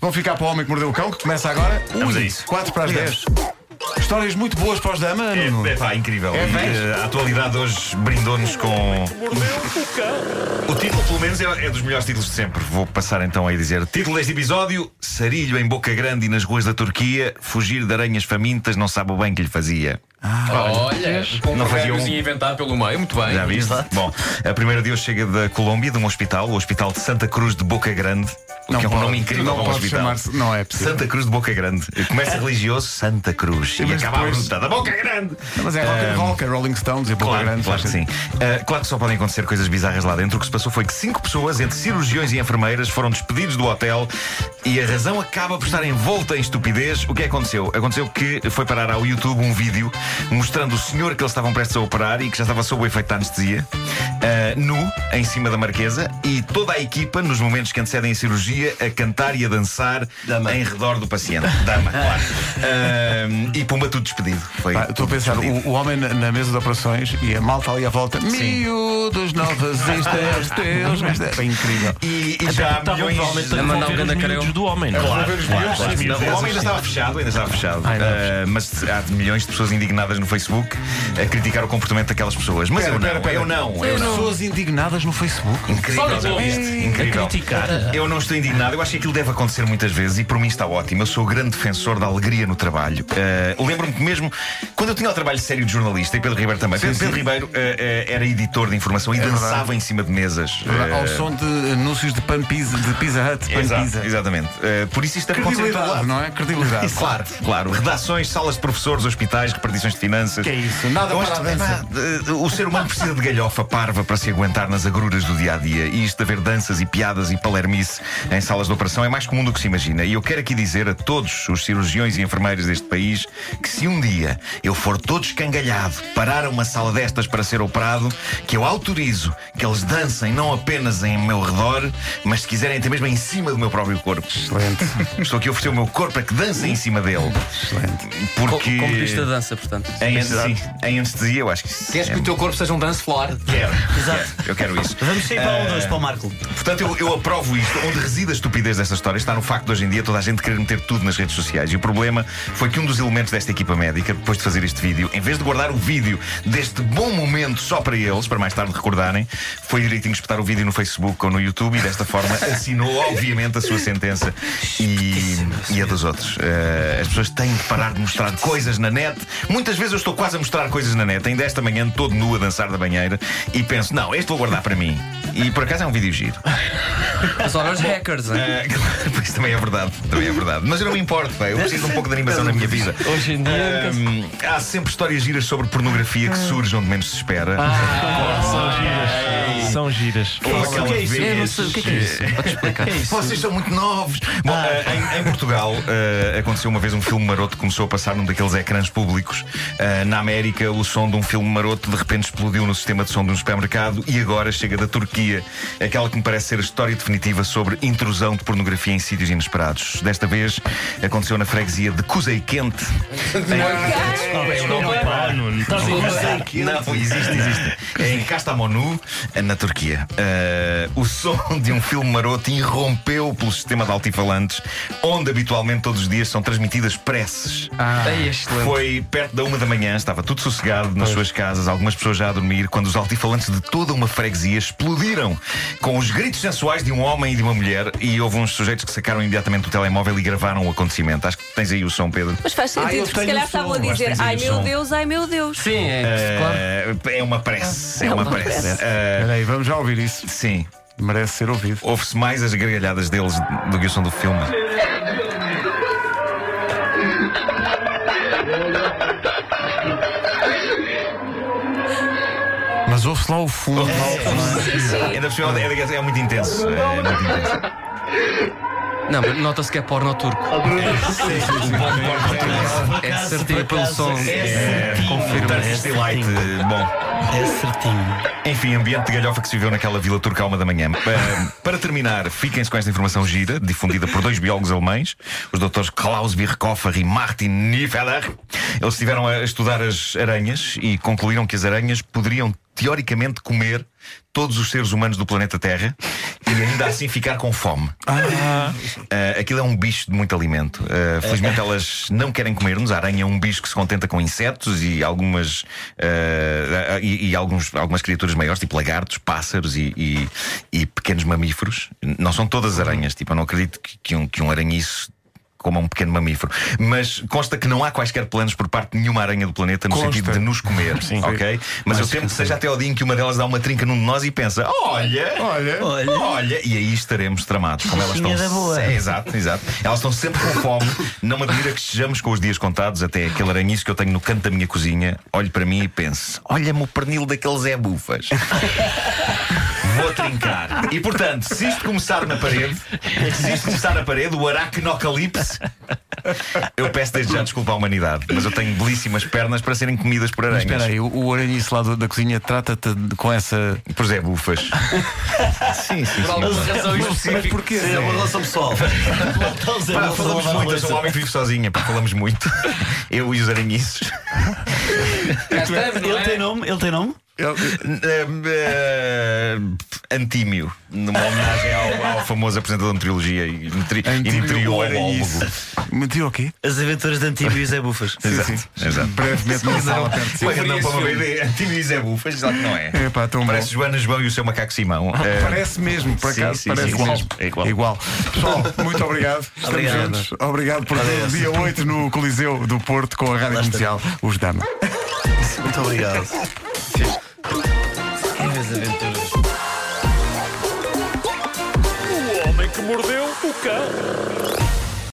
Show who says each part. Speaker 1: Vão ficar para o Homem que Mordeu o Cão, que começa agora.
Speaker 2: Vamos a isso.
Speaker 1: 4 para as 10. Histórias muito boas para os dama,
Speaker 2: É,
Speaker 1: Nuno.
Speaker 2: é pá, incrível.
Speaker 1: É,
Speaker 2: E,
Speaker 1: vês?
Speaker 2: eh, a atualidade hoje brindou-nos com. O título, pelo menos, é, é dos melhores títulos de sempre. Vou passar então a dizer. Título deste episódio: Sarilho em Boca Grande e nas ruas da Turquia, fugir de aranhas famintas, não sabe o bem que lhe fazia.
Speaker 3: Olha, com um
Speaker 2: Não fazia
Speaker 3: provérbiozinho
Speaker 2: um-
Speaker 3: inventado pelo meio, muito bem.
Speaker 2: Já viste? É Bom, a primeira de hoje chega da Colômbia, de um hospital, o Hospital de Santa Cruz de Boca Grande. o
Speaker 1: Não
Speaker 2: que é um
Speaker 1: pode-
Speaker 2: nome incrível
Speaker 1: não
Speaker 2: para um
Speaker 1: pode
Speaker 2: hospital.
Speaker 1: chamar-se- não é possível.
Speaker 2: Santa Cruz de Boca Grande. Começa religioso, Santa Cruz. E
Speaker 1: Mas
Speaker 2: acaba a
Speaker 1: depois-
Speaker 2: bruta da Boca Grande.
Speaker 1: Mas é rock and roll, que é Rolling Stones e Boca
Speaker 2: Claro,
Speaker 1: Grande.
Speaker 2: claro que
Speaker 1: faz
Speaker 2: sim.
Speaker 1: sentido.
Speaker 2: Ah, claro que só podem acontecer coisas bizarras lá dentro. O que se passou foi que cinco pessoas, entre cirurgiões e enfermeiras, foram despedidos do hotel e a razão acaba por estar envolta em estupidez. O que é que aconteceu? Aconteceu que foi parar ao YouTube um vídeo mostrando o senhor que eles estavam prestes a operar e que já estava sob o efeito da anestesia, ah, nu, em cima da marquesa, e toda a equipa, nos momentos que antecedem a cirurgia, a cantar e a dançar em redor do paciente. Dama, claro. Ah, e pumba, tudo despedido. Foi
Speaker 1: Pá, Ah, Estou a
Speaker 2: tudo
Speaker 1: pensar,
Speaker 2: despedido.
Speaker 1: o, o homem na, na mesa de operações e a malta ali à volta. Miúdos, não resistem aos teus. Isto É incrível.
Speaker 2: E, e já
Speaker 4: Tá
Speaker 2: há milhões
Speaker 3: a mandar um grande carão.
Speaker 4: do homem, não é?
Speaker 2: Claro,
Speaker 1: os
Speaker 2: claro,
Speaker 1: milhões,
Speaker 2: claro.
Speaker 1: os
Speaker 2: Não, O homem ainda estava fechado, ainda estava fechado.
Speaker 4: Ai, não.
Speaker 2: Ah, mas há milhões de pessoas indignadas no Facebook a criticar o comportamento daquelas pessoas. Mas
Speaker 1: Pera,
Speaker 2: eu, não,
Speaker 1: pera, pera.
Speaker 2: eu não, eu não.
Speaker 1: Pessoas indignadas no Facebook.
Speaker 2: Incrível,
Speaker 3: Fala,
Speaker 2: já
Speaker 3: Paulo.
Speaker 2: viste? Incrível.
Speaker 4: A criticar.
Speaker 2: Eu não estou indignado, eu acho que aquilo deve acontecer muitas vezes e por mim está ótimo. Eu sou grande defensor da alegria no trabalho. Eh, Lembro-me que mesmo quando eu tinha o trabalho sério de jornalista e Pedro Ribeiro também, Pedro, Pedro Ribeiro eh, eh, era editor de informação e dançava em cima de mesas. Eh,
Speaker 1: Ao som de anúncios de Pan Pizza, de Pizza Hut, Pan
Speaker 2: Exato,
Speaker 1: Pizza.
Speaker 2: exatamente. Eh, por isso isto acontece em todo lado.
Speaker 1: Credibilidade, não é? Credibilidade.
Speaker 2: Claro, claro. Redações, salas de professores, hospitais, repartições de finanças.
Speaker 1: Que é isso, nada
Speaker 2: Eu
Speaker 1: para
Speaker 2: acho
Speaker 1: a
Speaker 2: que,
Speaker 1: dança.
Speaker 2: pá, eh, O ser humano precisa de galhofa parva para se aguentar nas agruras do dia a dia. E isto de haver danças e piadas e palermice em salas de operação é mais comum do que se imagina. E eu quero aqui dizer a todos os cirurgiões e enfermeiros deste país que se um dia eu for todo escangalhado parar a uma sala destas para ser operado, que eu autorizo que eles dancem não apenas em meu redor, mas se quiserem até mesmo em cima do meu próprio corpo.
Speaker 1: Excelente.
Speaker 2: Estou aqui a oferecer o meu corpo para que dancem em cima dele. Porque.
Speaker 5: Com, pista de dança, portanto.
Speaker 2: em, anestesia, em anestesia, eu acho que isso.
Speaker 3: Queres que o teu corpo seja um dance floor?
Speaker 2: Quero, quero, eu quero isso.
Speaker 4: Vamos sair para um, dois, para o Marco.
Speaker 2: Portanto, eu, eu aprovo isto. Onde reside a estupidez desta história está no facto de hoje em dia toda a gente querer meter tudo nas redes sociais. E o problema foi que um dos elementos desta equipa médica, depois de fazer este vídeo, em vez de guardar o vídeo deste bom momento só para eles, para mais tarde recordarem, foi direitinho espetar o vídeo no Facebook ou no YouTube e desta forma assinou, obviamente, a sua sentença e, e a dos outros. Eh, as pessoas têm que parar de mostrar coisas na net. Muitas vezes eu estou quase a mostrar coisas na net, ainda esta manhã todo nu a dançar da banheira e penso, não, este vou guardar para mim. E por acaso é um vídeo giro.
Speaker 5: Mas olha os hackers, hein?
Speaker 2: Ah, claro, pois também é verdade, também é verdade. Mas eu não me importo, pá, eu preciso de um pouco de animação na minha vida.
Speaker 5: Hoje em dia. Ah.
Speaker 2: Ahm, há sempre histórias giras sobre pornografia que surgem onde menos se espera.
Speaker 4: São giras.
Speaker 2: Ou
Speaker 4: O que é
Speaker 2: aquelas
Speaker 4: isso?
Speaker 5: Eu não sei o que é que é isso. Pode explicar.
Speaker 2: Vocês são muito novos. Bom, eh, em, em Portugal eh, aconteceu uma vez um filme maroto que começou a passar num daqueles ecrãs públicos. Eh, na América, o som de um filme maroto de repente explodiu no sistema de som de um supermercado e agora chega da Turquia, aquela que me parece ser a história definitiva sobre intrusão de pornografia em sítios inesperados. Desta vez aconteceu na freguesia de Cusei Quente.
Speaker 3: Ah. tá
Speaker 2: Não, existe, existe. É em Castamonu, na Turquia. Eh, o som de um filme maroto irrompeu pelo sistema de altifalantes, onde habitualmente todos os dias são transmitidas preces.
Speaker 5: Ai, excelente.
Speaker 2: Ah. Foi perto da uma da manhã, estava tudo sossegado nas suas casas, algumas pessoas já a dormir, quando os altifalantes de toda uma freguesia explodiram com os gritos sensuais de um homem e de uma mulher, e houve uns sujeitos que sacaram imediatamente o telemóvel e gravaram o acontecimento. Acho que tens aí o som, Pedro.
Speaker 6: Mas faz
Speaker 1: Ah, eu
Speaker 6: sentido, porque
Speaker 1: tenho
Speaker 6: se calhar
Speaker 1: o som,
Speaker 6: estavam a
Speaker 2: mas
Speaker 6: dizer
Speaker 2: tens aí
Speaker 6: ai
Speaker 2: o
Speaker 6: meu
Speaker 2: som."
Speaker 6: Deus, ai meu Deus.
Speaker 5: Sim, é, claro.
Speaker 2: Eh, é uma prece, é uma prece. Eh,
Speaker 1: Espera aí, vamos já ouvir isso.
Speaker 2: sim.
Speaker 1: Merece ser ouvido.
Speaker 2: Ouve-se mais as gargalhadas deles do que o som do filme.
Speaker 1: Mas ouve-se lá o fundo.
Speaker 2: Ainda por cima é, é, é muito intenso. É muito intenso.
Speaker 5: Não, mas nota-se que é porno turco. É certinho pelo som.
Speaker 2: É, com Turkish Delight. eh, Bom.
Speaker 4: É certinho.
Speaker 2: Enfim, ambiente de galhofa que se viveu naquela vila turca à uma da manhã. Para, para terminar, fiquem-se com esta informação gira, difundida por dois biólogos alemães, os doutores Klaus Birkhofer e Martin Niefeler. Eles estiveram a estudar as aranhas e concluíram que as aranhas poderiam teoricamente comer todos os seres humanos do planeta Terra e ainda assim ficar com fome. Ah, aquilo é um bicho de muito alimento. Ah, felizmente elas não querem comer-nos. A aranha é um bicho que se contenta com insetos e algumas ah, e, e alguns, algumas criaturas maiores, tipo lagartos, pássaros e, e- e pequenos mamíferos. Não são todas aranhas, tipo, eu não acredito que, que um, que um aranhiço. Coma um pequeno mamífero. Mas consta que não há quaisquer planos por parte de nenhuma aranha do planeta no
Speaker 1: Consta.
Speaker 2: sentido de nos comer. ok? Mas eu temo que seja até ao dia em que uma delas dá uma trinca num de nós e pensa: Olha,
Speaker 1: Olha.
Speaker 4: Olha.
Speaker 2: Olha, e aí estaremos tramados. Como elas
Speaker 4: Xixinha
Speaker 2: estão.
Speaker 4: da boa.
Speaker 2: É, exato, exato. Elas estão sempre com fome. Não me admira que estejamos com os dias contados até aquele aranhiço que eu tenho no canto da minha cozinha. Olho para mim e penso: olha-me o pernil daqueles é bufas. Vou trincar. E portanto, se isto começar na parede, se isto começar na parede, o aracnocalipse. Eu peço desde já desculpa à humanidade, mas eu tenho belíssimas pernas para serem comidas por
Speaker 1: Mas
Speaker 2: aranhas.
Speaker 1: espera aí, o, o aranhice lá do- da cozinha trata-te de- com essa.
Speaker 2: Pois é, bufas. sim, sim. sim.
Speaker 3: Por alguma razão específica.
Speaker 1: porquê?
Speaker 4: É uma relação pessoal. Estamos
Speaker 2: Pá, falamos muito, eu sou um homem que vive sozinha, pá, falamos muito. Eu e os aranhices.
Speaker 3: Cá estamos, não
Speaker 4: Ele
Speaker 3: é?
Speaker 4: tem nome? Ele tem nome?
Speaker 2: N- ehm, eh, Antímio, numa homenagem ao, ao famoso apresentador de trilogia e metri- e meteorólogo.
Speaker 1: Meteu o quê?
Speaker 4: As aventuras de Antíbio e Zé Bufas.
Speaker 2: Exato, exato.
Speaker 1: Brevemente não sala perto.
Speaker 2: Pois, não,
Speaker 3: esse
Speaker 2: para uma
Speaker 3: filme.
Speaker 2: BD, Antímio e Zé Bufas, exato, não é?
Speaker 1: É pá, tão bom.
Speaker 2: Parece Joana João e o seu macaco Simão. Eh,
Speaker 1: Parece mesmo, por
Speaker 2: Sim,
Speaker 1: acaso,
Speaker 2: sim,
Speaker 1: parece
Speaker 2: sim, igual.
Speaker 1: mesmo.
Speaker 2: É igual.
Speaker 1: Pessoal, muito obrigado. Estamos
Speaker 4: Obrigado.
Speaker 1: juntos. Obrigado por tudo. Dia 8 no Coliseu do Porto com a Rádio
Speaker 4: Lá está.
Speaker 1: Comercial, os Dama.
Speaker 4: Muito obrigado.
Speaker 6: O homem que mordeu o cão.